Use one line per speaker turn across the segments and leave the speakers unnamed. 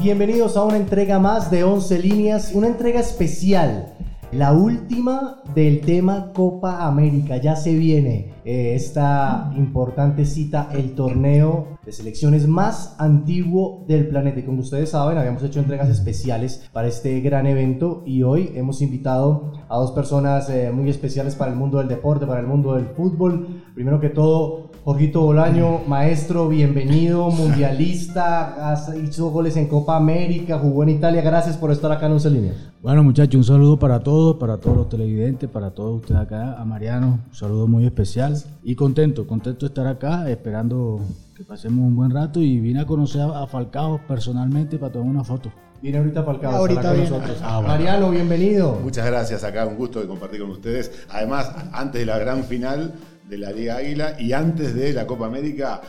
Bienvenidos a una entrega más de 11 líneas, una entrega especial, la última del tema Copa América. Ya se viene eh, esta importante cita, el torneo de selecciones más antiguo del planeta. Y como ustedes saben, habíamos hecho entregas especiales para este gran evento y hoy hemos invitado a dos personas eh, muy especiales para el mundo del deporte, para el mundo del fútbol. Primero que todo, Jorgito Bolaño, maestro, bienvenido, mundialista, has- hizo goles en Copa América, jugó en Italia. Gracias por estar acá en 11 líneas.
Bueno, muchachos, un saludo para todos, para todos los televidentes, para todos ustedes acá. A Mariano, un saludo muy especial. Y contento, contento de estar acá, esperando que pasemos un buen rato. Y vine a conocer a a Falcao personalmente para tomar una foto.
Viene ahorita Falcao,
Ahorita
estará con
viene.
nosotros. Ah, Mariano, bienvenido.
Muchas gracias acá, un gusto de compartir con ustedes. Además, antes de la gran final de la Liga Águila y antes de la Copa América,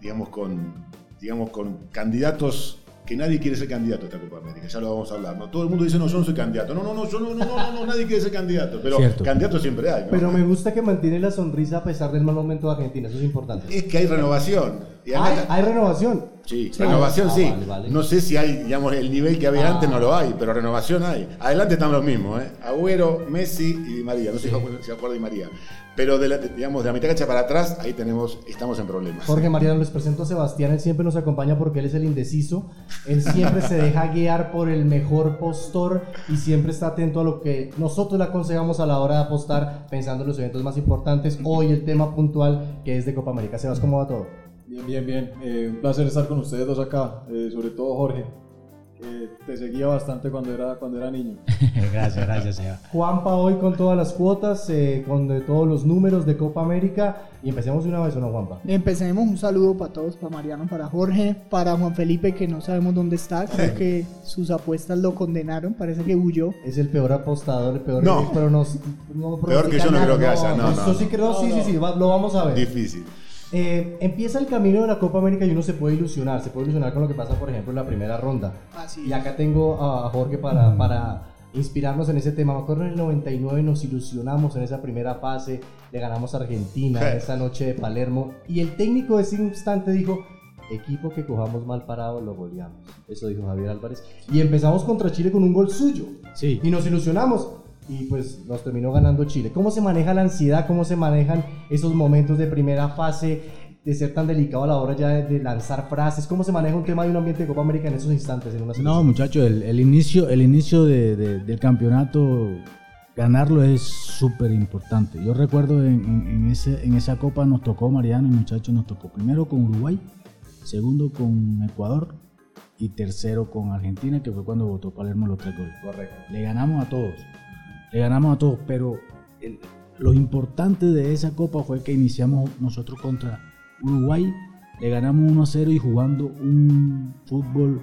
digamos con, digamos, con candidatos que nadie quiere ser candidato a esta Copa América, ya lo vamos a hablar. ¿no? Todo el mundo dice, no, yo no soy candidato. No, no, no, yo no, no, no, no, no, nadie quiere ser candidato. Pero
Cierto.
candidatos siempre hay. ¿no?
Pero me gusta que mantiene la sonrisa a pesar del mal momento de Argentina, eso es importante.
Es que hay renovación. Y
Hay,
además-
hay renovación.
Sí, renovación
Ah,
sí.
vale, vale.
No sé si hay, digamos, el nivel que había
Ah.
antes no lo hay, pero renovación hay. Adelante están los mismos, ¿eh? Agüero, Messi y Di María. No sé si acuerdan- si acuerdan de María. Pero de la, de- digamos, de la mitad cancha para atrás, ahí tenemos, estamos en problemas.
Jorge Mariano, les presento a Sebastián, él siempre nos acompaña porque él es el indeciso, él siempre se deja guiar por el mejor postor y siempre está atento a lo que nosotros le aconsejamos a la hora de apostar pensando en los eventos más importantes, hoy el tema puntual que es de Copa América. Sebas, ¿cómo va todo?
Bien, bien, bien. Eh, un placer estar con ustedes dos acá, eh, sobre todo Jorge, que te seguía bastante cuando era, cuando era niño.
gracias, gracias, Seba.
Juanpa hoy con todas las cuotas, eh, con de todos los números de Copa América y empecemos de una vez, ¿o no, Juanpa?
Empecemos un saludo para todos, para Mariano, para Jorge, para Juan Felipe, que no sabemos dónde está, creo que sus apuestas lo condenaron, parece que huyó.
Es el peor apostador, el peor
No.
pero nos- no
Peor que yo no
pronostica
creo que
nada,
haya, no,
pues
no,
yo
no.
sí creo, sí, sí, sí, va- lo vamos a ver.
Difícil.
Eh, empieza el camino de la Copa América y uno se puede ilusionar, se puede ilusionar con lo que pasa, por ejemplo, en la primera ronda.
Así
Y acá tengo a Jorge para, para inspirarnos en ese tema. Me acuerdo en el 99 nos ilusionamos en esa primera fase, le ganamos a Argentina en
Sí.
esa noche de Palermo y el técnico de ese instante dijo... Equipo que cojamos mal parado, lo goleamos. Eso dijo Javier Álvarez. Y empezamos contra Chile con un gol suyo.
Sí.
Y nos ilusionamos. Y pues nos terminó ganando Chile. ¿Cómo se maneja la ansiedad? ¿Cómo se manejan esos momentos de primera fase? De ser tan delicado a la hora ya de, de lanzar frases. ¿Cómo se maneja un tema de un ambiente de Copa América en esos instantes? En una
No,
selección?
muchachos, el, el inicio, el inicio de- de- del campeonato, ganarlo es súper importante. Yo recuerdo en, en- en ese- en esa copa nos tocó Mariano y muchachos, nos tocó primero con Uruguay, segundo con Ecuador y tercero con Argentina, que fue cuando votó Palermo los tres goles.
Correcto.
Le ganamos a todos, le ganamos a todos, pero el- lo importante de esa copa fue que iniciamos nosotros contra Uruguay, le ganamos 1 a 0 y jugando un fútbol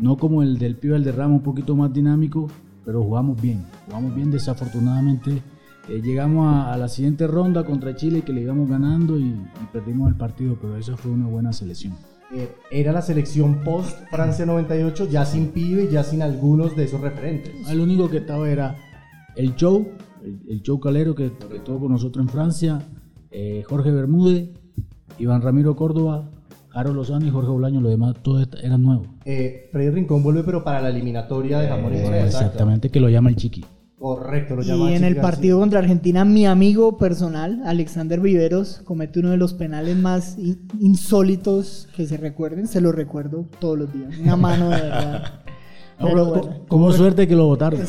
no como el del Pío de Ramos, un poquito más dinámico, pero jugamos bien, jugamos bien desafortunadamente. eh, llegamos a, a la siguiente ronda contra Chile que le íbamos ganando y, y perdimos el partido, pero esa fue una buena selección.
Eh, era la selección post Francia 98, ya sin pibe y ya sin algunos de esos referentes.
El Ah, único que estaba era el show, el, el show calero que, que estuvo con nosotros en Francia, eh, Jorge Bermúdez, Iván Ramiro Córdoba, Harold Lozano y Jorge Bolaño, los demás todos est- eran nuevos.
Eh, Freddy Rincón vuelve, pero para la eliminatoria de Japón y
Eh,
Corea.
exactamente, que lo llama el chiqui.
Correcto, lo llama
Y en el
Chica, sí.
partido contra Argentina, mi amigo personal, Alexander Viveros, comete uno de los penales más in- insólitos que se recuerden. Se lo recuerdo todos los días. Una mano de verdad. Pero
Ahora,
bueno.
co- como suerte que lo votaron.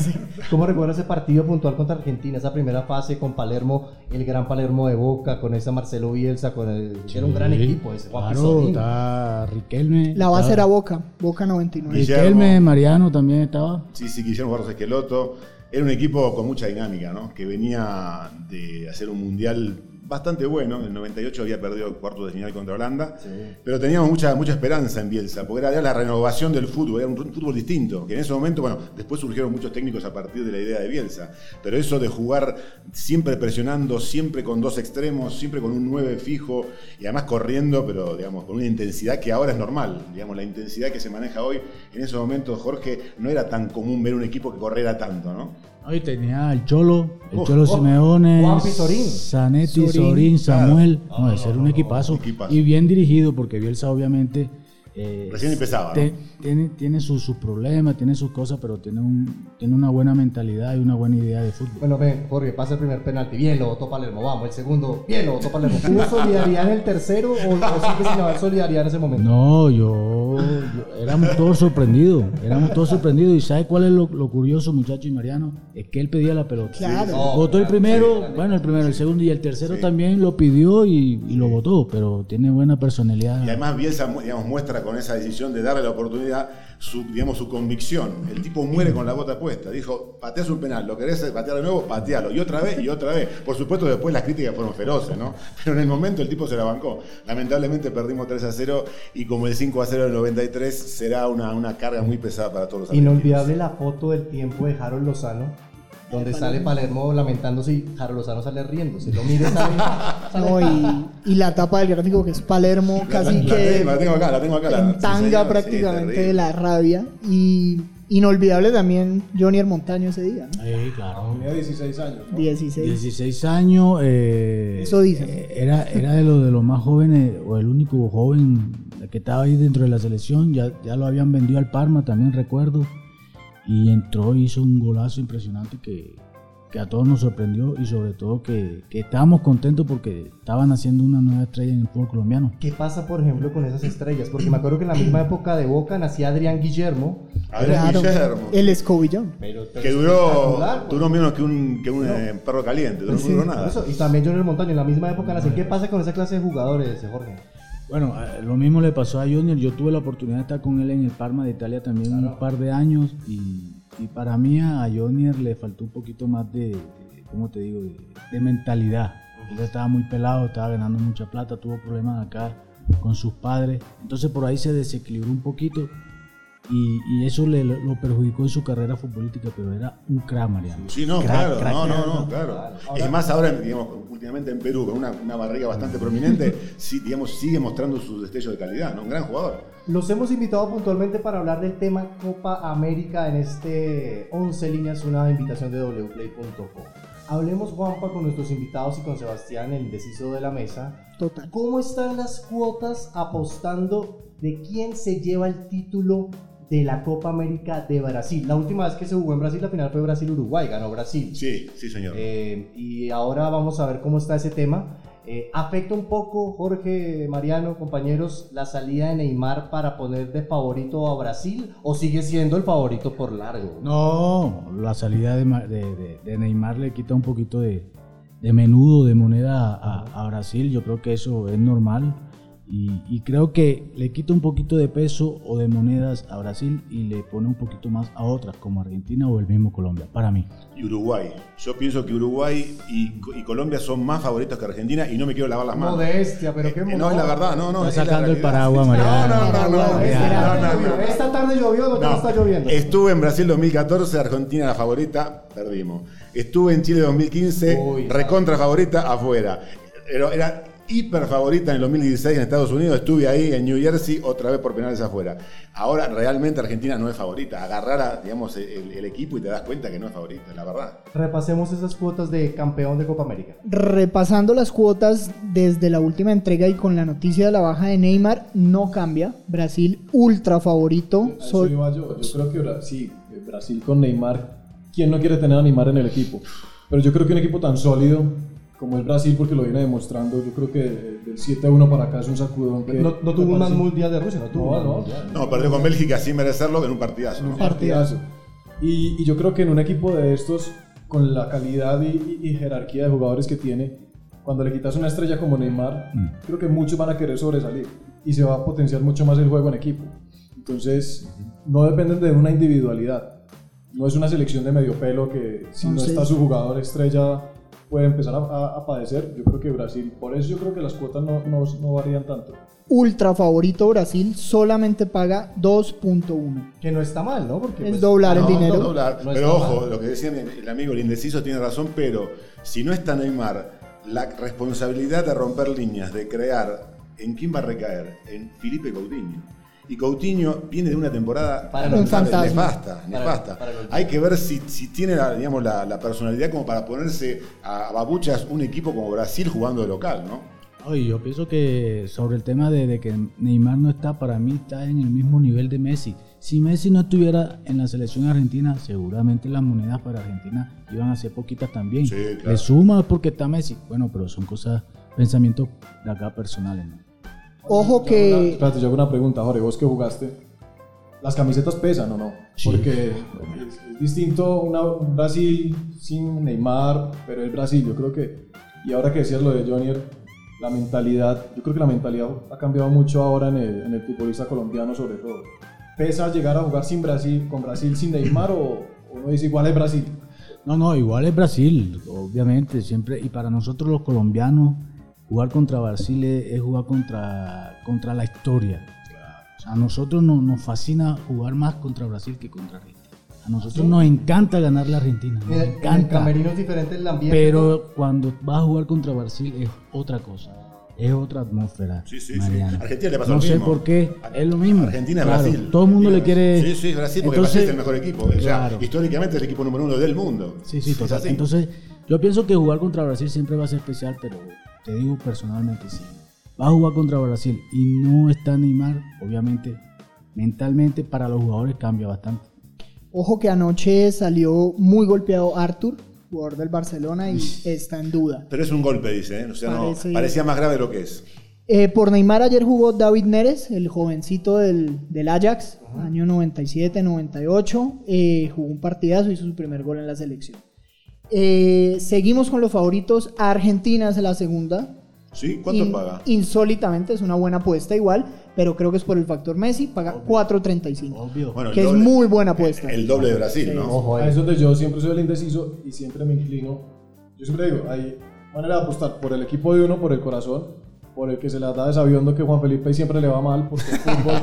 ¿Cómo recuerda ese partido puntual contra Argentina, esa primera fase con Palermo, el gran Palermo de Boca, con esa Marcelo Bielsa, con el, era un gran
Sí,
equipo ese, Juan
Claro,
Pizorín.
está Riquelme.
La
Ah.
base era
estaba-
Boca, Boca 99.
Riquelme, Mariano también estaba.
Sí, sí, Guillermo Barros Esqueloto. Era un equipo con mucha dinámica, ¿no? Que venía de hacer un mundial bastante bueno. En el 98 había perdido el cuarto de final contra Holanda. Pero teníamos mucha, mucha esperanza en Bielsa, porque era, era la renovación del fútbol, era un, fútbol distinto. Que en ese momento, bueno, después surgieron muchos técnicos a partir de la idea de Bielsa. Pero eso de jugar siempre presionando, siempre con dos extremos, siempre con un 9 fijo y además corriendo, pero digamos, con una intensidad que ahora es normal. Digamos, la intensidad que se maneja hoy, en esos momentos, Jorge, no era tan común ver un equipo que corriera tanto, ¿no?
Ahí tenía el Cholo, el
Uf,
Cholo
oh,
Simeone,
Juan Pizorín.
Zanetti,
Sorín,
Sorín, Samuel. No,
Ah,
ese
no,
era un
no,
equipazo.
equipazo.
Y bien dirigido, porque Bielsa obviamente eh,
Recién empezaba,
te-
¿no?
tiene tiene sus sus problemas, tiene sus cosas, pero tiene, un, tiene una buena mentalidad y una buena idea de fútbol.
Bueno, ven, Jorge, pasa el primer penalti. Bien, lo votó Palermo. Vamos, el segundo. Bien, lo votó Palermo. ¿Hubo solidaridad en el tercero o, o sigue sin haber solidaridad en ese momento?
No, yo, yo- éramos todos sorprendidos, éramos todos sorprendidos. ¿Y sabe cuál es lo, lo curioso, muchacho y Mariano? Es que él pedía la pelota.
Claro.
No,
votó el
claro,
primero,
sí, la
bueno, el primero, el segundo y el tercero
Sí.
también lo pidió y, y lo votó, pero tiene buena personalidad.
Y además Bielsa mu- digamos, muestra con esa decisión de darle la oportunidad su, digamos, su convicción. El tipo muere con la bota puesta. Dijo, pateas un penal, lo querés patear de nuevo, patealo. Y otra vez, y otra vez. Por supuesto, después las críticas fueron feroces, ¿no? Pero en el momento el tipo se la bancó. Lamentablemente perdimos 3 a 0 y como el 5 a 0 del 93 será una, una carga muy pesada para todos los
Inolvidable la foto del tiempo de Harold Lozano, donde
Palermo.
sale Palermo lamentándose y Harold Lozano sale riendo. Si lo mires, sale, sale-
No, y, y la tapa del gráfico que es Palermo, casi
la,
que
tengo, la tengo acá, la tengo acá. la-
en
sí,
tanga
señor, sí,
prácticamente
terrible.
de la rabia. Y inolvidable también Johnny el Montaño ese día, ¿no?
Sí, claro.
Tenía 16 años. ¿no?
16.
16 años. eh,
Eso dicen.
eh, Era, era de los de los más jóvenes, o el único joven que estaba ahí dentro de la selección. Ya, ya lo habían vendido al Parma, también recuerdo. Y entró y hizo un golazo impresionante que, que a todos nos sorprendió. Y sobre todo que, que estábamos contentos porque estaban haciendo una nueva estrella en el fútbol colombiano.
¿Qué pasa, por ejemplo, con esas estrellas? Porque me acuerdo que en la misma época de Boca nacía Adrián Guillermo.
Adrián Guillermo.
el escobillón.
Pero,
Que duró,
pues.
duró menos que un, que un eh, perro caliente, duró, duró nada.
y también Junior Montaño en la misma época nacía. ¿Qué pasa con esa clase de jugadores, Jorge?
Bueno, eh, lo mismo le pasó a Junior. Yo tuve la oportunidad de estar con él en el Parma de Italia también un par de años y, y para mí a Junior le faltó un poquito más de, de- ¿cómo te digo?, de, de mentalidad. Él estaba muy pelado, estaba ganando mucha plata, tuvo problemas acá con sus padres. Entonces por ahí se desequilibró un poquito y, y eso le, lo, lo perjudicó en su carrera futbolística, pero era un crack, Mariano.
Sí, no,
Crack,
claro,
crack,
no, no,
crack,
no,
¿no?
claro.
Claro.
es más, ahora, digamos, últimamente en Perú, con una, una barriga bastante prominente, sí, digamos, sigue mostrando sus destellos de calidad, ¿no? Un gran jugador.
Los hemos invitado puntualmente para hablar del tema Copa América en este 11 líneas, una invitación de wplay.com. Hablemos, Juanpa, con nuestros invitados y con Sebastián, el indeciso de la mesa,
Total.
¿Cómo están las cuotas apostando de quién se lleva el título de la Copa América de Brasil? La última vez que se jugó en Brasil, la final fue Brasil-Uruguay, ganó Brasil.
Sí, sí, señor.
Eh, y ahora vamos a ver cómo está ese tema. Eh, ¿Afecta un poco, Jorge, Mariano, compañeros, la salida de Neymar para poner de favorito a Brasil? ¿O sigue siendo el favorito por largo?
No, la salida de, Ma- de- de- de Neymar le quita un poquito de, de menudo, de moneda a, a- a Brasil. Yo creo que eso es normal. Y, y creo que le quita un poquito de peso o de monedas a Brasil y le pone un poquito más a otras, como Argentina o el mismo Colombia, para mí.
Y Uruguay. Yo pienso que Uruguay y, y Colombia son más favoritos que Argentina y no me quiero lavar las manos.
Modestia, pero qué
Eh, no, es la verdad, no,
Está
no. es la
sacando el
realidad.
paraguas,
No,
Mariano.
no, no, no, no,
Espera,
no, no, no.
Esta tarde llovió, no,
No,
está lloviendo.
Estuve en Brasil 2014, Argentina la favorita, perdimos. Estuve en Chile 2015,
Uy,
recontra favorita, afuera. Pero era hiper favorita en el 2016 en Estados Unidos, estuve ahí en New Jersey, otra vez por penales afuera. Ahora realmente Argentina no es favorita. Agarrar a, digamos, el, el equipo y te das cuenta que no es favorita, la verdad.
Repasemos esas cuotas de campeón de Copa América.
Repasando las cuotas desde la última entrega y con la noticia de la baja de Neymar, no cambia. Brasil ultra favorito.
A eso
Sol-
iba yo. Yo creo que Bra- sí, Brasil con Neymar. ¿Quién no quiere tener a Neymar en el equipo? Pero yo creo que un equipo tan sólido como el Brasil, porque lo viene demostrando, yo creo que de- del 7 a 1 para acá es un sacudón. Que
No, no tuvo un mal
Brasil-
mundial de Rusia, no tuvo.
No,
un
no,
mal mundial.
No, perdió con Bélgica sin merecerlo en un partidazo. ¿no?
un partidazo. Y, y yo creo que en un equipo de estos, con la calidad y, y- y jerarquía de jugadores que tiene, cuando le quitas una estrella como Neymar, creo que muchos van a querer sobresalir y se va a potenciar mucho más el juego en equipo. Entonces, no dependen de una individualidad. No es una selección de medio pelo que si no
Entonces-
está su jugador estrella puede empezar a, a- a padecer. Yo creo que Brasil, por eso yo creo que las cuotas no, no, no varían tanto.
ultra favorito Brasil solamente paga 2.1.
Que no está mal, ¿no? Porque
Es doblar el
No,
dinero.
no doblar.
No
pero
está
ojo,
mal.
lo que decía mi- el amigo, el indeciso tiene razón, pero si no está Neymar, la responsabilidad de romper líneas, de crear, ¿en quién va a recaer? En Felipe Coutinho. Y Coutinho viene de una temporada
Para los-
Un fantasma.
nefasta, nefasta.
para los-
Hay que ver si, si tiene la, digamos, la, la personalidad como para ponerse a, a babuchas un equipo como Brasil jugando de local, ¿no?
Oye, yo pienso que sobre el tema de, de que Neymar no está, para mí está en el mismo nivel de Messi. Si Messi no estuviera en la selección argentina, seguramente las monedas para Argentina iban a ser poquitas también.
Sí, claro.
Le suma porque está Messi. Bueno, pero son cosas, pensamientos de acá personales, ¿no?
Yo
Ojo
hago una-
que
espérate, yo hago una pregunta, Jorge, vos que jugaste, ¿las camisetas pesan o no? Porque es, es distinto una, un Brasil sin Neymar, pero el Brasil, yo creo que, y ahora que decías lo de Johnny, la mentalidad, yo creo que la mentalidad ha cambiado mucho ahora en el, en el futbolista colombiano sobre todo. ¿Pesa llegar a jugar sin Brasil, con Brasil sin Neymar o, o no es igual es Brasil?
No, no, igual es Brasil, obviamente, siempre. Y para nosotros los colombianos, jugar contra Brasil es, es jugar contra, contra la historia. O sea, a nosotros no- nos fascina jugar más contra Brasil que contra Argentina. A nosotros nos encanta ganar la Argentina, nos
En el, en el
encanta.
camerino es diferente el ambiente.
Pero cuando vas a jugar contra Brasil es otra cosa, es otra atmósfera.
Sí, sí, sí.
Mariana.
Argentina le pasó
no
lo
sé
mismo.
por qué, es lo mismo.
Argentina es
Claro,
Brasil.
Todo el mundo le quiere.
Sí, sí, Brasil, porque
Entonces-
Brasil es el mejor equipo. O sea,
Claro.
históricamente es el equipo número uno del mundo.
Sí, sí,
Es
total.
así.
Entonces, yo pienso que jugar contra Brasil siempre va a ser especial, pero te digo personalmente, sí. Vas a jugar contra Brasil y no está Neymar, obviamente, mentalmente para los jugadores cambia bastante.
Ojo que anoche salió muy golpeado Arthur, jugador del Barcelona, y está en duda.
Pero es un golpe, dice. ¿eh? O sea, no-
Parece-
parecía más grave de lo que es.
Eh, por Neymar ayer jugó David Neres, el jovencito del, del Ajax, año 97-98. eh, jugó un partidazo, hizo su primer gol en la selección. Eh, seguimos con los favoritos. Argentina es la segunda.
¿Sí? ¿Cuánto
In-
paga?
Insólitamente, es una buena apuesta igual, pero creo que es por el factor Messi, paga 4.35,
Obvio.
Bueno, el
que es
Oh, doble-
muy buena apuesta.
El doble de Brasil,
Sí. Oh.
¿no?
Ojo,
A
eh.
eso es donde yo siempre soy el indeciso y siempre me inclino. Yo siempre digo, hay manera de apostar por el equipo de uno, por el corazón, por el que se la da sabiendo que Juan Felipe siempre le va mal, porque el fútbol,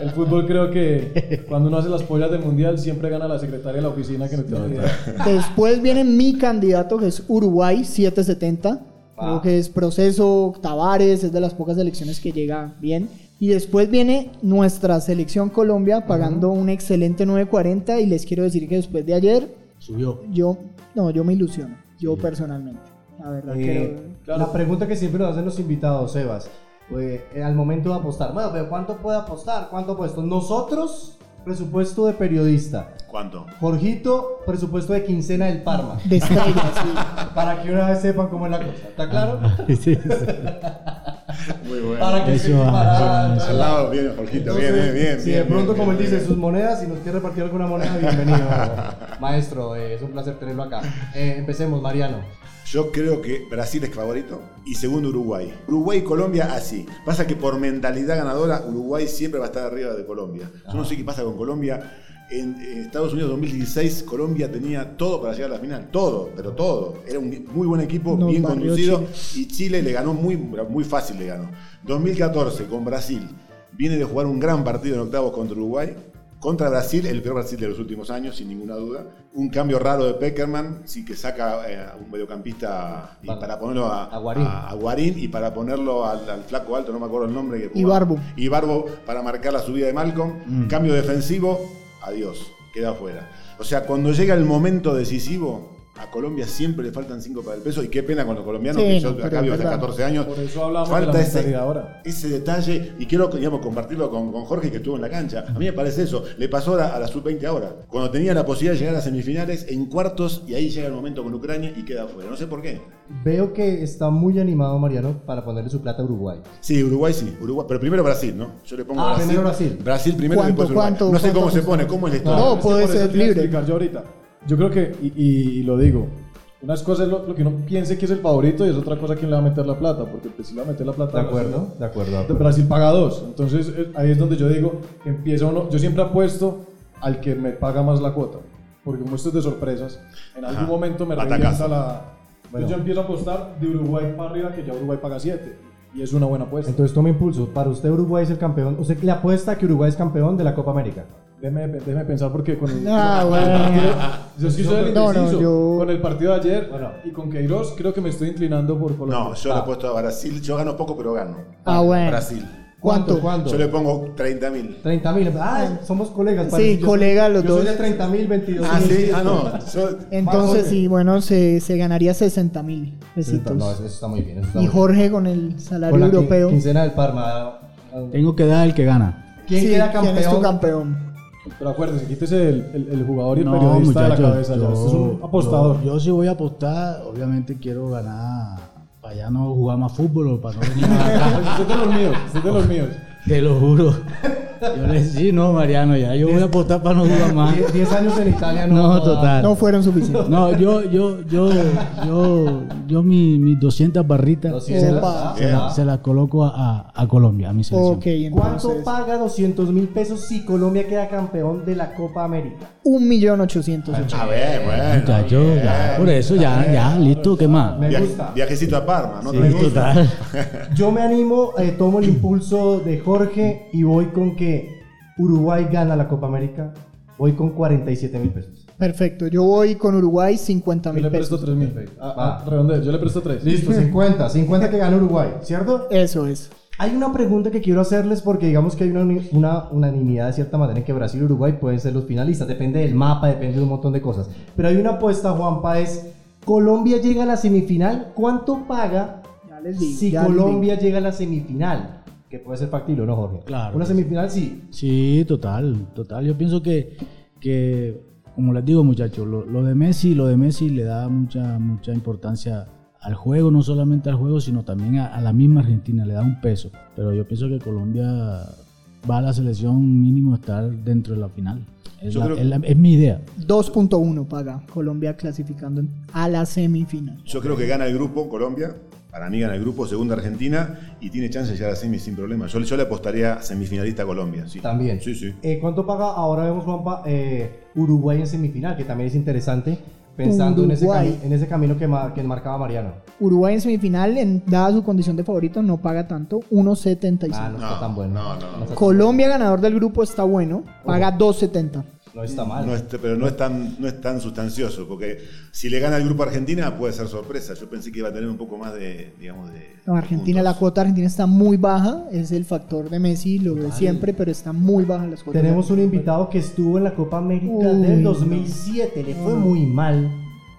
el fútbol creo que cuando uno hace las pollas del mundial siempre gana la secretaria de la oficina que no tiene ni idea.
Después viene mi candidato, que es Uruguay 770. Creo que es proceso, Tavares, es de las pocas selecciones que llega bien. Y después viene nuestra selección Colombia pagando un excelente 940. Y les quiero decir que después de ayer,
Subió.
yo, no, yo me ilusiono, yo personalmente. La verdad,
Eh,
creo-
Claro.
La pregunta que siempre nos hacen los invitados, Sebas, eh, eh, al momento de apostar, bueno, pero ¿cuánto puede apostar? ¿Cuánto puesto? Nosotros, presupuesto de periodista.
¿Cuánto?
Jorgito, presupuesto de quincena del Parma.
de estrellas, sí.
Para que una vez sepan cómo es la cosa, ¿está claro?
Sí, sí.
Muy bueno.
Para que
Ah, Eso,
sepan.
ah,
Al lado, bien, Jorgito, bien, bien, bien.
si de
bien,
pronto,
bien,
como él
bien,
dice,
bien.
sus monedas, si nos quiere repartir alguna moneda, bienvenido. Maestro, eh, es un placer tenerlo acá. Eh, empecemos, Mariano.
Yo creo que Brasil es favorito y segundo Uruguay. Uruguay y Colombia así. Pasa que por mentalidad ganadora Uruguay siempre va a estar arriba de Colombia. Yo no sé qué pasa con Colombia. En, en Estados Unidos 2016 Colombia tenía todo para llegar a la final, todo, pero todo. Era un muy buen equipo,
Nos
bien
barrió
conducido
Chile.
y Chile le ganó muy, muy fácil, le ganó. 2014 con Brasil, viene de jugar un gran partido en octavos contra Uruguay. Contra Brasil, el peor Brasil de los últimos años, sin ninguna duda. Un cambio raro de Peckerman, sí que saca eh, a un mediocampista y
Vale.
para ponerlo a,
A Guarín.
a Guarín y para ponerlo al, al flaco alto, no me acuerdo el nombre. Que jugaba.
Ibarbo.
Ibarbo para marcar la subida de Malcolm. Cambio defensivo, adiós, queda afuera. O sea, cuando llega el momento decisivo, a Colombia siempre le faltan 5 para el peso. Y qué pena con los colombianos,
Sí,
que yo
no, pero
acá
es
vivo hace
verdad.
14 años.
Por eso hablamos
Falta este.
de la
ese-
mentalidad ahora.
Ese detalle, y quiero digamos, compartirlo con, con Jorge que estuvo en la cancha. A mí me parece eso. Le pasó a la, a la sub-20 ahora. Cuando tenía la posibilidad de llegar a semifinales, en cuartos, y ahí llega el momento con Ucrania y queda afuera. No sé por qué.
Veo que está muy animado Mariano para ponerle su plata a Uruguay.
Sí, Uruguay sí. Uruguay, pero primero Brasil, ¿no? Yo le pongo
Ah,
Brasil.
primero Brasil.
primero y
¿Cuánto,
después Uruguay.
cuánto,
no sé cómo
cuánto
se pone, cómo es la historia.
No,
Ese
puede
por eso
ser
te iba a
libre.
explicar yo ahorita. Yo creo que, y, y- y lo digo, unas cosas es lo, lo que uno piense que es el favorito y es otra cosa quién le va a meter la plata, porque pues, si le va a meter la plata.
¿De
a Brasil,
acuerdo? De acuerdo. de
De
acuerdo.
Brasil paga dos. Entonces eh, ahí es donde yo digo que empieza uno. Yo siempre apuesto al que me paga más la cuota. Porque como esto es de sorpresas, en algún
Ajá.
momento me
Batacazo.
regresa la.
Bueno.
Entonces yo empiezo a apostar de Uruguay para arriba, que ya Uruguay paga 7. Y es una buena apuesta.
Entonces tome impulso. Para usted Uruguay es el campeón. Usted le apuesta que Uruguay es campeón de la Copa América.
Déjeme, déjeme pensar porque con el.
Ah, bueno.
Yo sí soy el
No, no,
indeciso.
yo-
Con el partido de ayer
Bueno.
y con Queiroz creo que me estoy inclinando por Colombia.
No, yo le he puesto a Brasil. Yo gano poco, pero gano.
Ah, bueno.
Brasil.
¿Cuánto?
¿Cuánto?
Yo le pongo 30.000.
30 mil. Ah, somos colegas.
Sí, colega los
yo
dos.
soy de 30 mil, 22
Ah, sí, ah, no. yo-
Entonces,
Jorge.
sí, bueno, se, se ganaría 60 mil pesitos.
No, eso, eso está muy bien. eso está
y
muy
Jorge con el
bien.
salario
Con la quin-
europeo.
quincena del Parma.
Tengo que dar el que gana.
¿Quién
Sí,
queda
¿quién
campeón?
es tu campeón?
Pero acuérdese, quítese el, el- el jugador y el
No,
periodista de la
muchachos,
cabeza. ya.
yo-
Usted es un apostador.
Yo, yo si voy a apostar, obviamente quiero ganar. Para allá no jugar más fútbol, o para no venir más acá.
Usted es de los míos, usted es de los míos.
Te lo juro. Yo le dije, sí, no, Mariano, ya yo voy a apostar para no jugar más.
10 años en Italia no.
No,
da.
total.
No fueron suficientes.
No, yo, yo, yo, yo, yo mi- mis 200 barritas
Lo
se,
siento.
Opa.
Bien.
la- se las coloco a, a- a Colombia, a mi selección.
ok,
¿Cuánto
entonces.
paga 200 mil pesos si Colombia queda campeón de la Copa América?
Un millón ochocientos ochenta.
A ver, bueno.
Muchachos,
bien.
ya, por eso ya, ya, listo, ¿qué más?
Me
Via-
gusta.
Viajecito a Parma, ¿no?
Sí,
También.
total.
Yo me animo, eh, tomo el impulso de Jorge y voy con que Uruguay gana la Copa América. Voy con 47 mil pesos.
Perfecto, yo voy con Uruguay 50
Yo le
mil
presto
pesos.
3 mil.
Perfecto.
Ah, ah, redondeo, yo le presto 3.
Listo, 50. 50 que gana Uruguay, ¿cierto?
Eso es.
Hay una pregunta que quiero hacerles porque digamos que hay una, uni- una unanimidad de cierta manera en que Brasil y Uruguay pueden ser los finalistas. Depende del mapa, depende de un montón de cosas. Pero hay una apuesta, Juanpa, es Colombia llega a la semifinal. ¿Cuánto paga
Ya les digo.
si
ya les digo.
Colombia llega a la semifinal? Que puede ser factible, ¿no, Jorge?
Claro.
pues.
Una semifinal sí.
Sí, total, total. Yo pienso que, que, como les digo, muchachos, lo, lo de Messi, lo de Messi le da mucha, mucha importancia al juego, no solamente al juego, sino también a, a la misma Argentina, le da un peso. Pero yo pienso que Colombia va a la selección mínimo a estar dentro de la final. Es,
Yo
la-
creo-
es la- es mi idea.
2.1 paga Colombia clasificando a la semifinal.
Yo creo que gana el grupo Colombia. Para mí gana el grupo, segunda Argentina. Y tiene chance de llegar a semis sin problema. Yo, yo le apostaría semifinalista a Colombia. Sí.
También.
Sí, sí.
Eh, ¿Cuánto paga? Ahora vemos, Juanpa, eh, Uruguay en semifinal, que también es interesante, pensando en ese,
Uruguay.
cami- en ese camino que, ma- que marcaba Mariano.
Uruguay en semifinal, en, dada su condición de favorito, no paga tanto, 1.75.
Ah, no, está
No,
tan bueno.
no, no.
está tan-
Colombia ganador del grupo está bueno, paga 2.70.
no está mal.
No es- pero no es, tan, no es tan sustancioso, porque si le gana el grupo Argentina puede ser sorpresa. Yo pensé que iba a tener un poco más de, digamos, de...
No, Argentina, la
puntos.
cuota argentina está muy baja, es el factor de Messi, lo de siempre, pero está muy baja las cuotas.
Tenemos un invitado que estuvo en la Copa América
Uy,
del
no.
2007, le fue muy mal,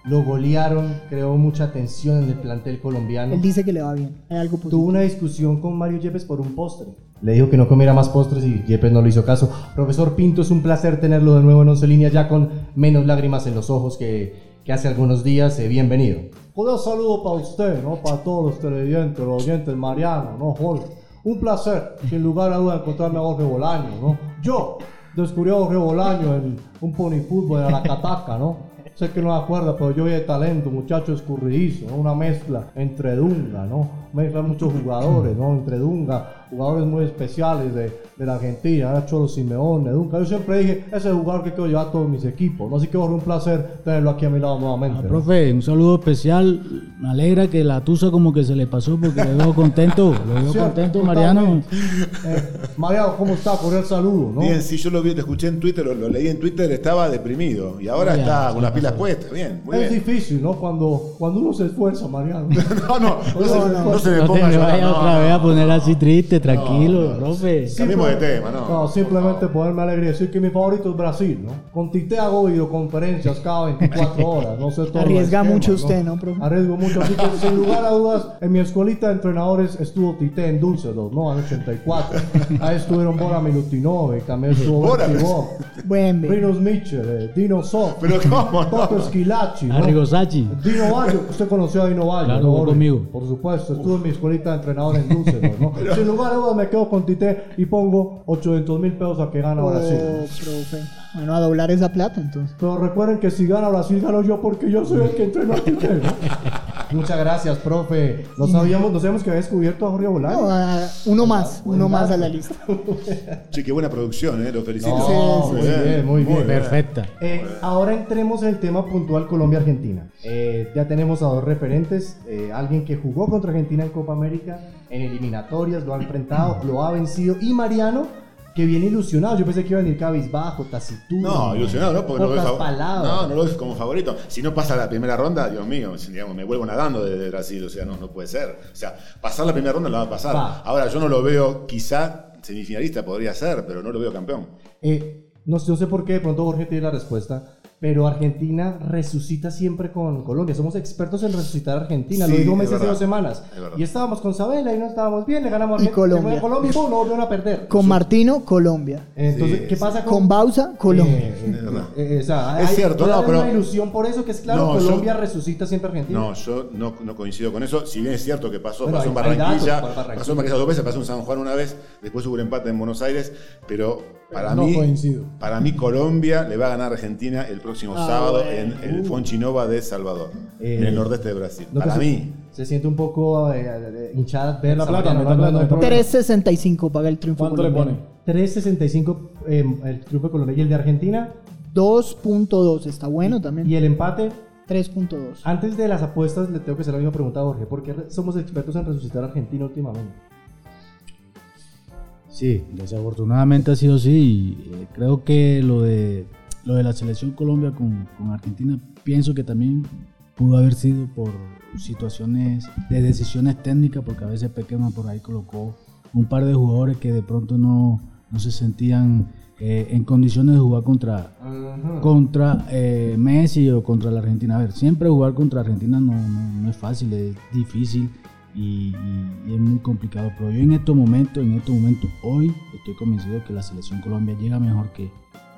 lo golearon, creó mucha tensión en el plantel colombiano.
Él dice que le va bien, hay algo positivo.
Tuvo una discusión con Mario Yepes por un postre. Le dijo que no comiera más postres y Yepes no le hizo caso. Profesor Pinto, es un placer tenerlo de nuevo en Once Líneas, ya con menos lágrimas en los ojos que, que hace algunos días. Eh, bienvenido. Un saludo para usted, ¿no? Para todos los televidentes, los oyentes, Mariano, ¿no? Jorge. Un placer, sin lugar a duda, encontrarme a Jorge Bolaño, ¿no? Yo descubrí a Jorge Bolaño en un pony fútbol en la cataca, ¿no? Sé que no me acuerdo, pero yo vi el talento, muchacho escurridizo, ¿no? una mezcla entre Dunga, ¿no? Mezcla muchos jugadores, ¿no? Entre Dunga, jugadores muy especiales de, de la Argentina, era Cholo Simeone, Dunga. Yo siempre dije, ese es el jugador que quiero llevar a todos mis equipos, ¿no? Así que Jorge, un placer tenerlo aquí a mi lado
Ah,
nuevamente. ¿no?
profe, un saludo especial. Me alegra que la tusa como que se le pasó porque le veo contento. Lo veo
Cierto,
contento,
totalmente.
Mariano.
Eh, Mariano, ¿cómo está? Cordial saludo, ¿no?
Bien, sí, yo lo, vi, lo escuché en Twitter, lo, lo leí en Twitter, estaba deprimido. Y ahora
Ya,
está
sí,
con las
sí,
pilas
sí.
puestas. Bien, muy
es
bien.
difícil, ¿no? Cuando, cuando uno se esfuerza, Mariano.
No, no, no, se, no, se me
No te
ponga a
me
llorar,
vayas
no,
otra
no.
vez a poner así triste, tranquilo, profe.
Cambiemos de
Simple-
tema, ¿no?
No,
Por
simplemente
favor.
ponerme alegre y decir que mi favorito es Brasil, ¿no? Con Tite hago videoconferencias cada 24 horas, no sé todo. el
Arriesga
esquema,
mucho usted, ¿no, profe?
Arriesgo mucho, así que sin lugar a dudas, en mi escuelita de entrenadores estuvo Tite en Dulcedos, ¿no? En 84. Ahí estuvieron Bora Milutinove, también estuvo
Bora.
Bertibó,
Buen ve.
Rinos Mitchell, eh, Dino Soft,
Pero cómo,
Toto
no.
Esquilachi, ¿no?
Arrigo Sachi.
Dino Bayo, usted conoció a Dino Bayo.
Claro,
¿no,
fue
Jorge?
conmigo.
Por supuesto, estuve en mi escuelita de entrenador en Dulceros, ¿no? Sin lugar a dudas me quedo con Tite y pongo 800 mil pesos a que gana
Oh,
Brasil.
profe. Bueno, a doblar esa plata entonces.
Pero recuerden que si gana Brasil, gano yo porque yo soy el que entreno a Tite. ¿no? Muchas gracias, profe. No sabíamos, no sabíamos que había descubierto a Jorge
No, ah,
Bolaño.
a- uno más,
Ah, buen
uno más
dato.
a la lista.
Che, qué buena producción, ¿eh? Lo felicito.
No, muy bien, muy bien.
Perfecta.
Eh, ahora entremos en el tema puntual Colombia-Argentina. Eh, ya tenemos a dos referentes, eh, alguien que jugó contra Argentina en Copa América, en eliminatorias, lo ha enfrentado, lo ha vencido, y Mariano, que viene ilusionado. Yo pensé que iba a venir cabizbajo, taciturno.
No, ilusionado, ¿no? Porque no lo, ves
Pocas
fav-
palabras.
no, no lo ves como favorito. Si no pasa la primera ronda, Dios mío, si, digamos, me vuelvo nadando desde Brasil. O sea, no, no puede ser. O sea, pasar la primera ronda la va a pasar.
Va.
Ahora, yo no lo veo, quizá semifinalista podría ser, pero no lo veo campeón.
Eh, no, sé- no sé por qué, de pronto Jorge tiene la respuesta, pero Argentina resucita siempre con Colombia. Somos expertos en resucitar a Argentina. lo
Sí,
dijo
es
Messi hace
verdad.
dos semanas.
Es verdad.
y estábamos con Sabela y no estábamos bien, le ganamos a
Y
Argentina.
Colombia.
Se fue a Colombia y pum, no volvieron a perder.
Con Martino, Colombia.
Entonces,
Sí,
¿qué pasa con,
Con Bausa, Colombia.
Eh,
Es verdad.
eh, eh, o sea,
Es
hay-
cierto,
puede
no,
haber
pero-
una ilusión por eso que es claro,
No, yo-
Colombia resucita siempre a Argentina.
No, yo no, no coincido con eso. Si bien es cierto que pasó,
Bueno,
pasó en
hay- hay datos
Barranquilla,
para Barranquilla.
pasó en Barranquilla dos veces, pasó en San Juan una vez, después hubo un empate en Buenos Aires, pero para
no
mí.
coincido.
Para mí Colombia le va a ganar a Argentina el próximo
Ah,
sábado
bueno.
en el Fonchinova de Salvador,
Eh,
en el nordeste de Brasil.
¿No que
para
se-
mí.
Se siente un poco eh, hinchada ver
La
a
plata,
Mariano
la plata,
hablando de
la plata.
3.65 paga el triunfo.
¿Cuánto le pone?
colombiano.
3.65 eh, el triunfo de Colombia y el de Argentina.
2.2, está bueno también.
Y Ah. el empate,
3.2.
antes de las apuestas, le tengo que hacer la misma pregunta a Jorge. ¿Por qué re- somos expertos en resucitar a Argentina últimamente?
Sí, desafortunadamente ha sido así. y, eh, creo que lo de, lo de la selección Colombia con, con Argentina, pienso que también pudo haber sido por situaciones de decisiones técnicas, porque a veces Pequema por ahí colocó un par de jugadores que de pronto no, no se sentían eh, en condiciones de jugar contra, contra eh, Messi o contra la Argentina. A ver, siempre jugar contra Argentina no, no- no es fácil, es difícil y, y- y es muy complicado. Pero yo en estos momentos, en estos momentos, hoy estoy convencido que la selección Colombia llega mejor que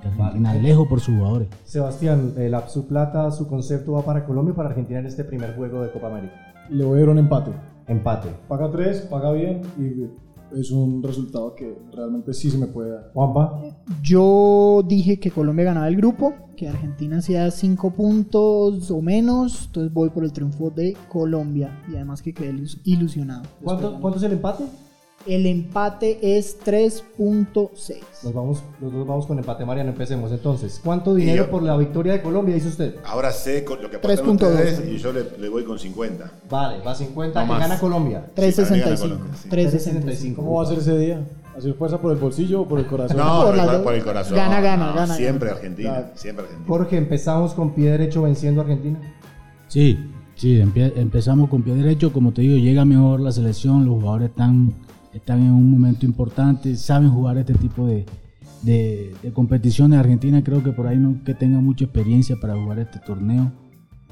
que Argentina, lejos por sus jugadores.
Sebastián, eh, la- su plata, su concepto va para Colombia y para Argentina en este primer juego de Copa América.
Le voy a dar un empate.
Empate.
Paga 3, paga bien y es un resultado que realmente sí se me puede dar.
Juanpa,
Yo dije que Colombia ganaba el grupo, que Argentina hacía 5 puntos o menos, entonces voy por el triunfo de Colombia y además que quedé ilus- ilusionado.
¿cuánto, cuánto es el empate?
El empate es 3.6.
Nos vamos, los dos vamos con empate, Mariano. Empecemos entonces. ¿Cuánto
Y
dinero
yo-
por la victoria de Colombia, dice usted?
Ahora sé con lo que aportan
3.2.
ustedes y yo le, le voy con 50.
Vale, va 50.
No
que
más.
gana Colombia?
Sí, para
3.65.
mí gana Colombia, sí.
3.65.
¿Cómo va a ser ese día? ¿Hacer fuerza por el bolsillo o por el corazón?
No,
Por
por, el,
la-
cora- por el corazón.
Gana, gana,
No,
gana,
Siempre Argentina,
Claro.
siempre Argentina.
Jorge, empezamos con pie derecho venciendo a Argentina.
Sí, sí, empie- empezamos con pie derecho, como te digo, llega mejor la selección, los jugadores están, están en un momento importante, saben jugar este tipo de, de, de competiciones. Argentina creo que por ahí no que tenga mucha experiencia para jugar este torneo.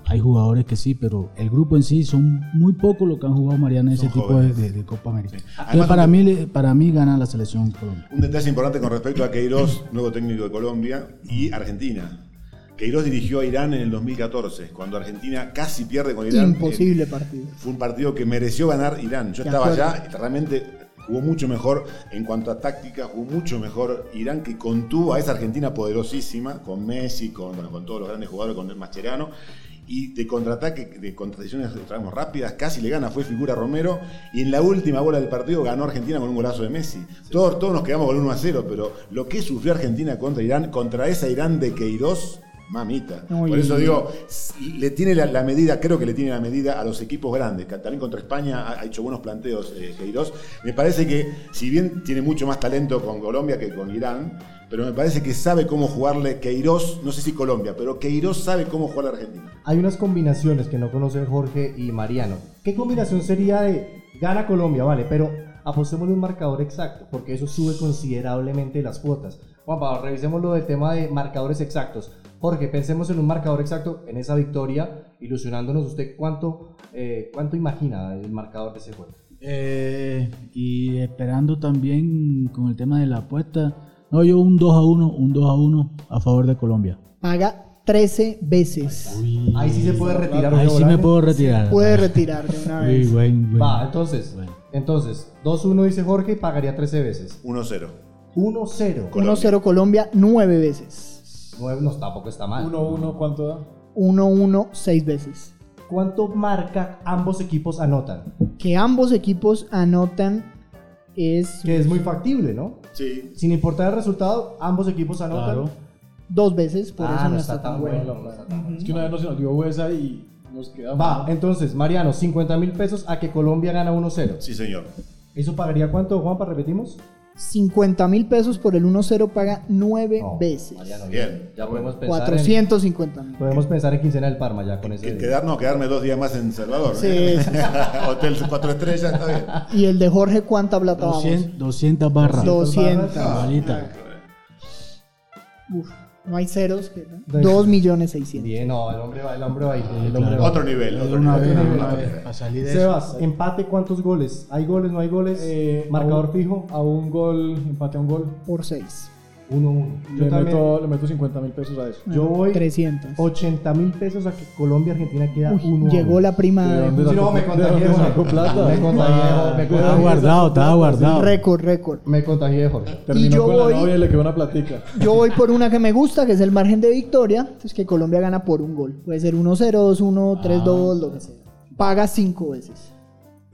Hay jugadores que sí, pero el grupo en sí son muy pocos los que han jugado Mariana ese
Son
tipo de,
jóvenes.
de- de Copa América. Entonces,
Además,
para mí, le- para mí gana la selección Colombia.
Un detalle importante con respecto a Queiroz, nuevo técnico de Colombia y Argentina. Queiroz dirigió a Irán en el 2014, cuando Argentina casi pierde con Irán.
Imposible partido.
Fue un partido que mereció ganar Irán. Yo
De
estaba
acuerdo.
allá, y realmente jugó mucho mejor en cuanto a táctica, jugó mucho mejor Irán que contuvo a esa Argentina poderosísima, con Messi, con, bueno, con todos los grandes jugadores, con el Mascherano. Y de contraataque, de contradicciones digamos, rápidas, casi le gana, fue figura Romero. Y en la última bola del partido ganó Argentina con un golazo de Messi. Todos, todos nos quedamos con 1 a 0, pero lo que sufrió Argentina contra Irán, contra esa Irán de Queiroz, mamita.
Uy.
Por eso digo, le tiene la, la medida, creo que le tiene la medida a los equipos grandes, que también contra España ha, ha hecho buenos planteos eh, Queiroz. Me parece que, si bien tiene mucho más talento con Colombia que con Irán, pero me parece que sabe cómo jugarle Queiroz, no sé si Colombia, pero Queiroz sabe cómo jugar a Argentina.
Hay unas combinaciones que no conocen Jorge y Mariano. ¿Qué combinación sería de gana Colombia, vale? Pero apostémosle un marcador exacto, porque eso sube considerablemente las cuotas. Juanpa, revisemos lo del tema de marcadores exactos. Jorge, pensemos en un marcador exacto, en esa victoria, ilusionándonos usted cuánto, eh, cuánto imagina el marcador de ese juego.
Eh, y esperando también con el tema de la apuesta. No, yo un 2 a 1, un 2 a 1 a favor de Colombia.
Paga 13 veces.
Ahí sí se puede retirar. Jorge
Ahí sí me
Bolaños.
puedo retirar.
Puede retirar de una
Uy,
vez.
buen, buen.
Va, entonces,
Bueno.
entonces 2-1 dice Jorge y pagaría 13 veces.
1-0.
1-0.
Colombia.
1-0 Colombia 9 veces.
No, no, tampoco está mal.
1-1, ¿cuánto da?
1-1 6 veces.
¿Cuánto marca ambos equipos anotan?
que ambos equipos anotan es
Que es muy factible, ¿no?
Sí.
Sin importar el resultado, ambos equipos anotan.
Claro.
dos veces, por
Ah,
eso
no está tan bueno.
bueno.
no está tan bueno.
Es que una vez nos salió esa y nos quedamos.
Va, entonces, Mariano, 50 mil pesos a que Colombia gana 1-0.
Sí, señor.
¿Eso pagaría cuánto, Juanpa? Repetimos.
50 mil pesos por el 1-0 paga 9
No,
veces.
Mariano,
Bien.
Ya podemos pensar.
450
En,
mil.
podemos pensar en quincena del Parma ya con
Que
ese.
quedarnos, quedarme dos días más en Salvador.
Sí,
¿eh?
sí,
Hotel cuatro estrellas, está bien.
Y el de Jorge, ¿cuánta plata vamos?
200, 200 barras.
200.
Igualita.
Uf, no hay ceros. que-
Doy-
2 millones 600.
Bien, no, el hombre va, el hombre va, el hombre va.
Otro nivel,
De
otro
una
nivel.
vez,
otro
una
nivel.
vez, para salir de eso.
Sebas, empate, ¿cuántos goles? ¿Hay goles, no hay goles?
Eh,
Marcador
a un-
fijo,
ah,
A un gol, empate a un gol.
Por 6.
1-1.
Le
Yo también,
meto, le meto 50 mil pesos a eso.
yo voy
300.
80 mil pesos a que Colombia-Argentina queda
Uy,
1
llegó la prima
¿De
de
dónde
Si no, me contagié,
¿De dónde sacó
Jorge.
plata?
Me
Ah,
contagié, me
Estaba
contagié.
guardado, estaba guardado.
récord, récord.
Me contagié, Jorge.
Terminó
Y yo
con
voy-
la novia y le quedó una platica.
Yo voy por una que me gusta, que es el margen de victoria. Entonces que Colombia gana por un gol. Puede ser 1-0, 2-1, 3-2, lo que sea. Paga 5 veces.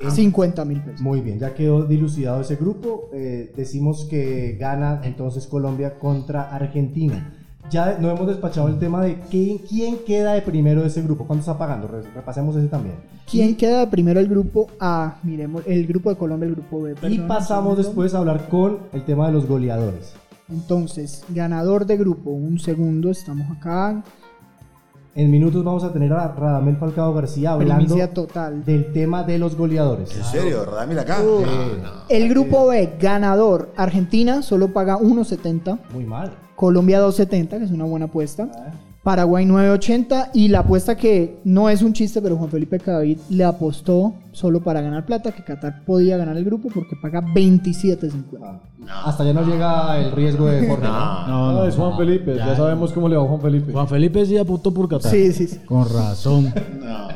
50 mil pesos.
Muy bien,
Ya quedó dilucidado ese grupo. eh, decimos que gana entonces Colombia contra Argentina. Ya no hemos despachado el tema de quién, quién queda de primero de ese grupo. ¿Cuánto está pagando? Re- Repasemos ese también.
¿Quién queda de primero el grupo A? Miremos, el grupo de Colombia, el grupo B.
Y
perdón,
pasamos
un segundo.
después a hablar con el tema de los goleadores.
Entonces, ganador de grupo, un segundo, estamos acá.
En minutos vamos a tener a Radamel Falcao García hablando
Primicia total.
del tema de los goleadores.
¿En serio? ¿Radamil acá?
Uh.
Ah, No, no.
El grupo B, ganador, Argentina, solo paga 1.70.
Ah,
Muy mal.
Colombia 2.70, que es una buena apuesta. Paraguay 9.80 y la apuesta que no es un chiste, pero Juan Felipe Cadavid le apostó solo para ganar plata, que Qatar podía ganar el grupo porque paga 27.50.
Hasta ya no llega el riesgo de Jorge. ¿no?
No.
No, no,
ah, es Juan
no,
Felipe, ya, sabemos cómo le va a Juan Felipe.
Juan Felipe sí apostó por Qatar.
Sí, sí, sí.
Con razón.
No.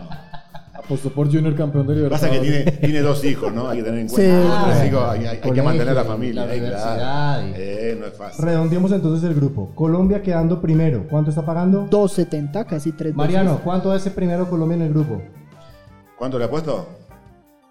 Apostó por Junior campeón de Libertadores.
Pasa que tiene, tiene dos hijos, ¿no? Hay que tener en
Sí.
cuenta.
Ah,
Los hijos, hay, hay- hay que
colegio,
mantener a la
la
familia. eh,
universidad
claro.
y-
Eh, no es fácil.
Redondeamos entonces el grupo. Colombia quedando primero. ¿Cuánto está pagando?
2.70, casi 3
Mariano, ¿cuánto es el primero Colombia en el grupo?
¿Cuánto le ha puesto?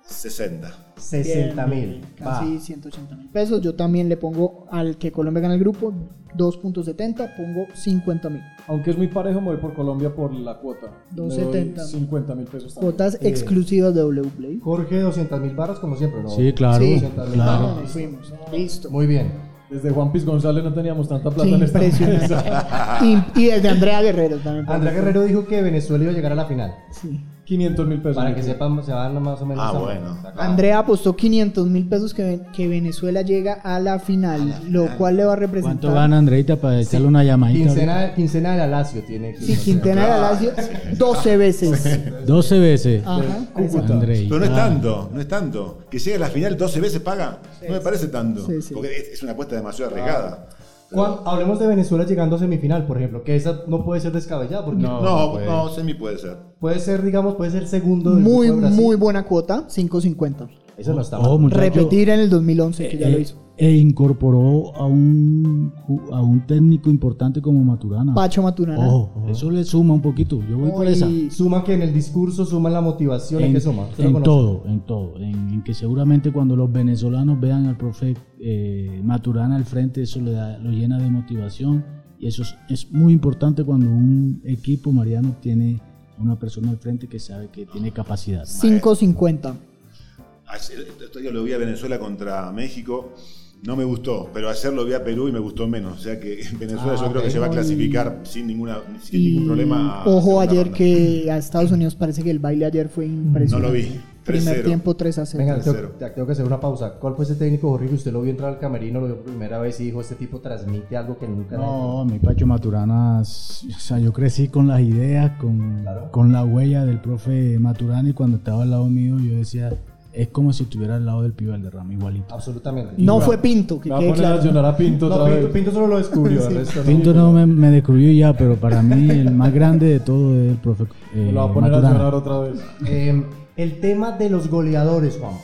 60.
60 mil.
Casi 180 mil pesos. Yo también le pongo al que Colombia gana el grupo 2.70, pongo 50 mil.
Aunque es muy parejo, me voy por Colombia por la cuota. Le doy
2.70.
50 mil pesos también.
Cuotas exclusivas de W Play.
Jorge, 200 mil barras como siempre, ¿no?
Sí, claro.
Sí.
claro.
Nos fuimos. Listo.
Muy bien.
Desde Juan Piz González no teníamos tanta plata
Sí,
en esta
impresionante.
mesa.
y, y desde Andrea Guerrero también.
Andrea Guerrero dijo que Venezuela iba a llegar a la final.
Sí.
500 mil pesos.
Para que sepan, se van más o menos.
Ah,
a-
bueno.
Andrea apostó 500 mil pesos que, ven- que Venezuela llega a la final, lo cual le va a representar.
¿Cuánto gana Andreita para echarle una llamadita? ahorita?
Quincena, quincena de la Lazio tiene.
Sí, Quintana Galacio 12 veces.
12 veces.
Ajá.
Andreita.
Pero no es tanto, no es tanto. Que llegue a la final 12 veces paga. No me parece tanto.
Sí, sí.
Porque es, es una apuesta demasiado arriesgada.
Cuan- hablemos de Venezuela llegando a semifinal, por ejemplo, que esa no puede ser descabellada porque
No, no, semi puede ser.
puede ser, digamos, puede ser segundo del
Muy,
grupo de Brasil.
muy buena cuota, 5.50.
Eso no está mal.
Oh, muchacho.
Repetir en el 2011, que ya
Eh,
lo hizo.
E incorporó a un, ju- a un técnico importante como Maturana.
Pacho Maturana.
Ojo, eso le suma un poquito. Yo voy por
Hoy-
esa.
Suma que en el discurso, suma en la motivación, ¿en
oh, En,
qué suma? Usted lo
en
conoce.
todo, en todo. En, en que seguramente cuando los venezolanos vean al profe eh, Maturana al frente, eso le da- lo llena de motivación. Y eso es, es muy importante cuando un equipo mariano tiene una persona al frente que sabe que tiene capacidad.
5.50.
Ayer, estos días lo vi a Venezuela contra México. No me gustó, pero ayer lo vi a Perú y me gustó menos. O sea que en Venezuela
Ah,
yo creo que
ok.
se va a clasificar sin, ninguna, sin
Y
ningún problema. a
ojo
segunda
ayer
ronda.
que a Estados Unidos parece que el baile ayer fue
No
impresionante.
lo vi.
Primer
3-0.
tiempo 3 a 0.
Venga, tengo,
Tercero.
te- tengo que hacer una pausa. ¿Cuál fue ese técnico, Jorge, que usted lo vio entrar al camerino, lo vio por primera vez y dijo, este tipo transmite algo que nunca...
No, mi Pacho Maturana, s- o sea, yo crecí con las ideas, con,
Claro.
con la huella del profe Maturana y cuando estaba al lado mío yo decía, es como si estuviera al lado del pibe Valderrama, igualito.
Absolutamente.
No fue Pinto, que
Me va a
quede
poner
claro.
a llorar a Pinto
No,
otra
Pinto,
vez.
Pinto solo lo descubrió. el resto no.
Pinto no me, me descubrió ya, pero para mí el más grande de todo es el profe eh,
Me lo va a poner a
Maturana.
llorar otra vez.
Eh, el tema de los goleadores, Juanpa.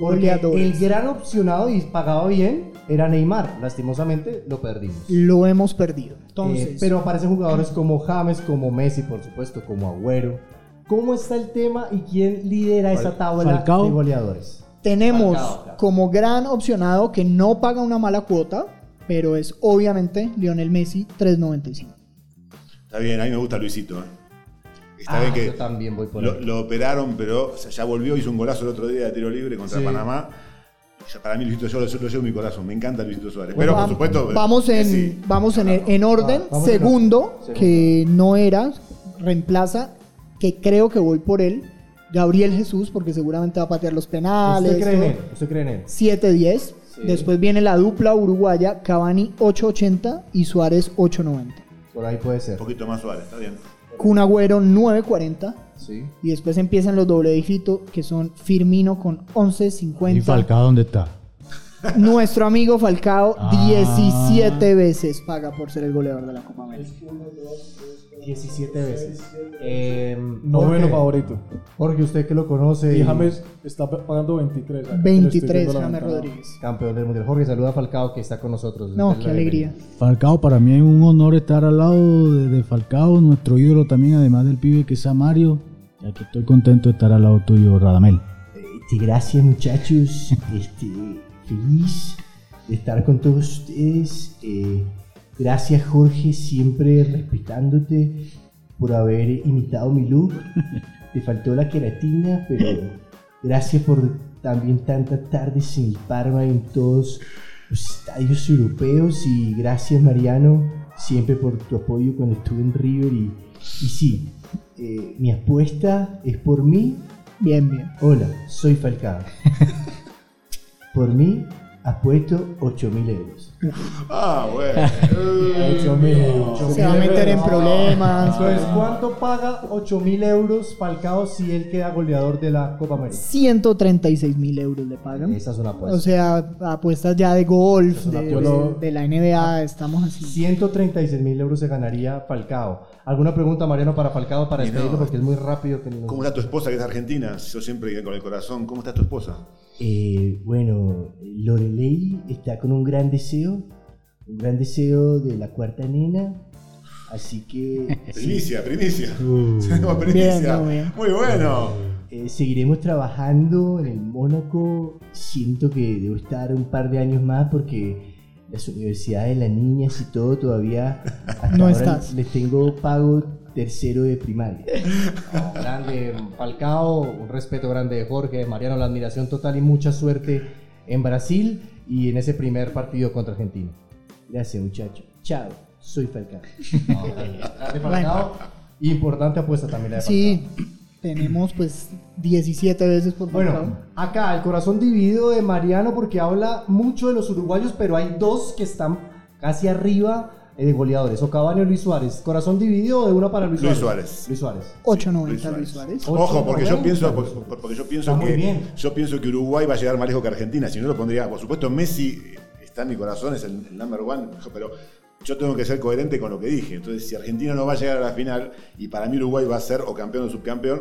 Porque
Goleadores.
El gran opcionado y pagaba bien era Neymar. Lastimosamente lo perdimos. Eh,
Lo hemos perdido. Entonces,
pero aparecen jugadores como James, como Messi, por supuesto, como Agüero. ¿Cómo está el tema y quién lidera esa tabla
Falcao.
de goleadores?
Tenemos
Falcao, claro.
como gran opcionado que no paga una mala cuota, pero es obviamente Lionel Messi 3.95.
Está bien, a mí me gusta Luisito. ¿eh? Está
Ah,
bien que
Yo también voy por
lo,
él.
lo operaron, pero o sea, ya volvió, hizo un golazo el otro día de tiro libre contra
Sí.
Panamá. yo- para mí Luisito Suárez, yo lo llevo en mi corazón, me encanta Luisito Suárez. Pero por
Vam-
supuesto.
Vamos en,
Messi.
vamos en, en orden.
Ah, vamos en
Segundo,
orden.
que no era, reemplaza, que creo que voy por él, Gabriel Jesús, porque seguramente va a patear los penales.
¿Usted cree en
todo.
él? ¿Usted cree en él?
7-10.
Sí.
Después viene la dupla uruguaya, Cavani 8-80 y Suárez 8-90.
Por ahí puede ser.
Un poquito más Suárez, está bien.
Kun Agüero 9-40.
Sí.
Y después empiezan los doble dígito, que son Firmino con
¿Y
11.50.
Falcao dónde está?
Nuestro amigo Falcao,
Ah.
17 veces paga por ser el goleador de la Copa América.
17 veces. Eh,
Noveno
Jorge,
favorito.
Jorge, usted que lo conoce.
Y James está pagando 23. aquí le estoy viendo
23,
la
James
ventana.
Rodríguez.
Campeón del mundial. Jorge, saluda a Falcao que está con nosotros.
No,
Dale
qué
la
alegría.
Falcao, para mí es un honor estar al lado de, de Falcao, nuestro ídolo también, además del pibe que es Samario. Ya que estoy contento de estar al lado tuyo, Radamel.
Este, gracias muchachos, este, feliz de estar con todos ustedes. Eh, gracias Jorge, siempre respetándote por haber imitado mi look. Te faltó la queratina, pero gracias por también tantas tardes en el Parma y en todos los estadios europeos. Y gracias Mariano, siempre por tu apoyo cuando estuve en River. Y, y sí, eh, mi apuesta es por mí
Bien, bien.
Hola, soy Falcao. Por mí, apuesto 8.000 euros.
Ah, bueno.
8 mil.
Se va a meter en problemas.
Entonces, ¿cuánto paga 8 mil euros Falcao si él queda goleador de la Copa América?
136 mil euros le pagan.
Esa es una
pues.
apuesta.
O sea, apuestas ya de golf, de,
yo lo-
de- de la NBA, estamos así.
136 mil euros se ganaría Falcao. ¿Alguna pregunta, Mariano, para Falcao para
Y no.
despedirlo? Porque es muy rápido. Que nos-
¿Cómo está tu esposa que es de argentina? Yo siempre con el corazón. ¿Cómo está tu esposa?
Eh, bueno, Lorelei está con un gran deseo, un gran deseo de la cuarta nena, así que
Primicia, primicia.
Uh.
Tenemos primicia.
Bien, bien.
Muy bueno.
eh, seguiremos trabajando en el Mónaco. Siento que debo estar un par de años más porque las universidades, las niñas y todo todavía hasta
No
ahora
estás.
les tengo pago tercero de primaria.
Grande Falcao, un respeto grande de Jorge, Mariano, la admiración total y mucha suerte en Brasil y en ese primer partido contra Argentina.
Gracias muchachos. Chao, soy Falcao.
Grande Falcao, importante apuesta también la de Falcao.
Sí, tenemos pues 17 veces por
Bueno,
Falcao.
acá el corazón dividido de Mariano porque habla mucho de los uruguayos, pero hay dos que están casi arriba eh, de goleadores, o Cavani o Luis Suárez. Corazón dividido de uno para Luis,
Luis
Suárez.
Suárez.
Luis Suárez.
8.90 Luis Suárez.
Ojo, porque yo
8.90.
pienso, porque, porque yo pienso
Está muy
que
bien.
yo pienso que Uruguay va a llegar más lejos que Argentina. Si no lo pondría, por supuesto, Messi eh, está en mi corazón, es el, el number one, pero yo tengo que ser coherente con lo que dije. Entonces, si Argentina no va a llegar a la final y para mí Uruguay va a ser o campeón o subcampeón,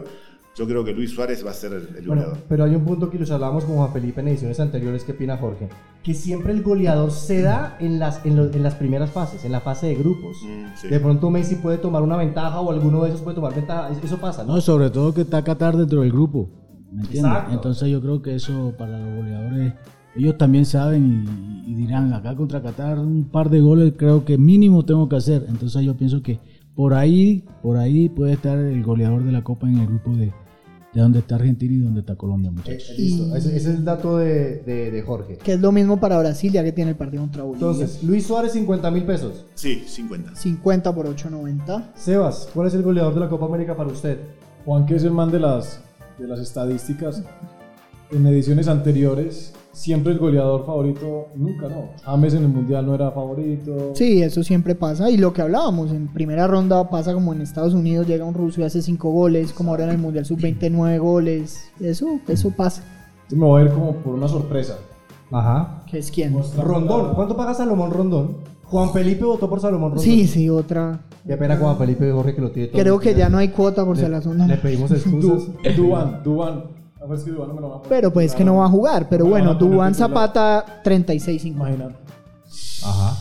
yo creo que Luis Suárez va a ser el, el
Bueno,
goleador.
pero hay un punto que los hablábamos con Juan Felipe en ediciones anteriores, ¿qué opina Jorge? Que siempre el goleador se da en las, en lo- en las primeras fases, en la fase de grupos.
Mm, sí.
De pronto Messi puede tomar una ventaja o alguno de esos puede tomar ventaja. Es- Eso pasa, ¿no?
No, sobre todo que está Qatar dentro del grupo. ¿Me entiendes?
Exacto.
Entonces yo creo que eso para los goleadores, ellos también saben y, y dirán, acá contra Qatar un par de goles creo que mínimo tengo que hacer. Entonces yo pienso que por ahí, por ahí puede estar el goleador de la Copa en el grupo de, de donde está Argentina y donde está Colombia,
Eh,
muchachos.
listo, ese, ese es el dato de, de- de Jorge.
Que es lo mismo para Brasil, ya que tiene el partido contra Bolivia.
Entonces, Luis Suárez, 50 mil pesos.
Sí, 50.
50 por 8.90.
Sebas, ¿cuál es el goleador de la Copa América para usted?
Juan, que es el man de las, de las estadísticas, en ediciones anteriores, siempre el goleador favorito, nunca no. James en el Mundial no era favorito.
Sí, eso siempre pasa. Y lo que hablábamos, en primera ronda pasa como en Estados Unidos, llega un ruso y hace 5 goles, como ahora en el Mundial Sub-29 goles. Eso, eso pasa.
Yo Me voy a ir como por una sorpresa.
Ajá.
¿Qué es quién?
Rondón, ¿cuánto paga Salomón Rondón? Juan Felipe votó por Salomón Rondón.
Sí, sí, otra.
Qué pena con Juan Felipe Jorge que lo tiene todo.
Creo que ya no hay cuota por ser la
Le
zona.
pedimos
Du-
excusas.
Duban, Duban. A ver, es que Duban no me lo va a poner.
Pero pues que no va a jugar. Pero
No me
bueno,
van a poner
Dubán
titular.
Zapata 36-5.
Imagina.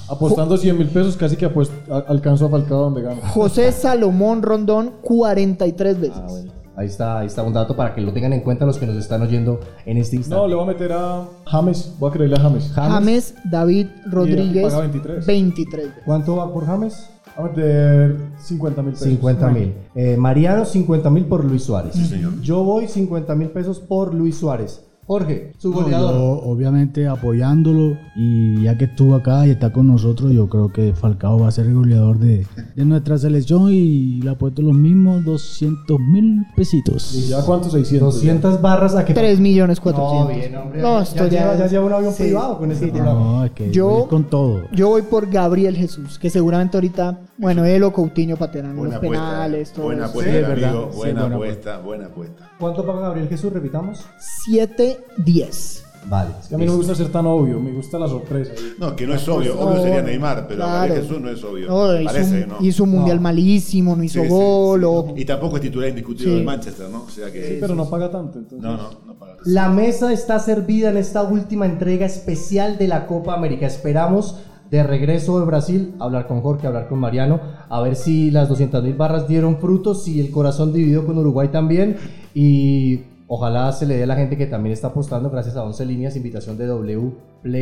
Apostando 100 mil pesos, casi que apuest- a- alcanzó a Falcao donde gana.
José Salomón Rondón 43 veces.
Ah, bueno. Ahí está, ahí está un dato para que lo tengan en cuenta los que nos están oyendo en este instante.
No, le voy a meter a James. Voy a creerle a James.
James David Rodríguez
paga 23.
23 veces.
¿Cuánto va por James?
Voy a meter 50 mil pesos.
50 mil. Eh, Mariano, 50 mil por Luis Suárez.
señor.
Yo voy 50 mil pesos por Luis Suárez.
Jorge, su
No,
goleador.
yo, obviamente apoyándolo y ya que estuvo acá y está con nosotros, yo creo que Falcao va a ser el goleador de, de nuestra selección y le apuesto los mismos 200 mil
¿Y
pesitos.
ya cuántos? 600.
200 barras a que...
3 millones 400.
No, bien, hombre.
No,
ya
esto ya-
lleva, ya lleva un avión
sí,
privado con este
sí, ya.
programa.
No, es que
Yo-
voy a ir con todo.
Yo voy por Gabriel Jesús, que seguramente ahorita, bueno, él o Coutinho patearán los
Buena apuesta. eh.
penales, todo
buena
eso.
apuesta,
Sí,
amigo,
verdad.
buena,
Sí, buena
apuesta, buena apuesta.
¿Cuánto paga Gabriel Jesús? Repitamos.
7-10.
Vale.
Es que a mí no me gusta ser tan obvio, me gusta la sorpresa.
No, que no es obvio.
pues,
obvio
no,
sería Neymar, pero Gabriel
claro.
Jesús no es obvio.
No, hizo,
Parece,
un,
¿no?
hizo un mundial malísimo, no hizo
Sí, sí,
gol. o-
Y tampoco es titular indiscutido
Sí.
del Manchester, ¿no? O sea que.
Pero no paga tanto, entonces.
No, no, no para.
La mesa está servida en esta última entrega especial de la Copa América. Esperamos de regreso de Brasil hablar con Jorge, hablar con Mariano, a ver si las 200.000 barras dieron frutos, si el corazón dividió con Uruguay también y ojalá se le dé a la gente que también está apostando gracias a 11 líneas, invitación de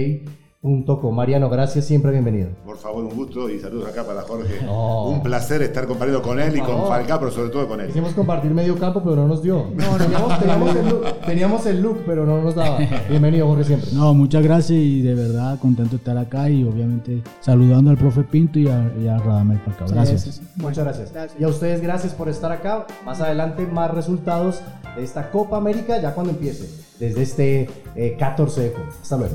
wplay.com. Mariano, gracias, siempre bienvenido.
Por favor, un gusto y saludos acá para Jorge.
No.
Un placer estar compartiendo con él y con Falcao, pero sobre todo con él.
Quisimos compartir medio campo, pero no nos dio. Teníamos, teníamos el look, teníamos el look, pero no nos daba. Bienvenido, Jorge, siempre.
No, muchas gracias y de verdad contento de estar acá y obviamente saludando al profe Pinto y a, y a Radamel Falcao. Gracias.
Sí, sí, sí.
Muchas gracias.
gracias.
Y a ustedes gracias por estar acá. Más adelante más resultados de esta Copa América ya cuando empiece, desde este eh, 14 de junio. Hasta luego.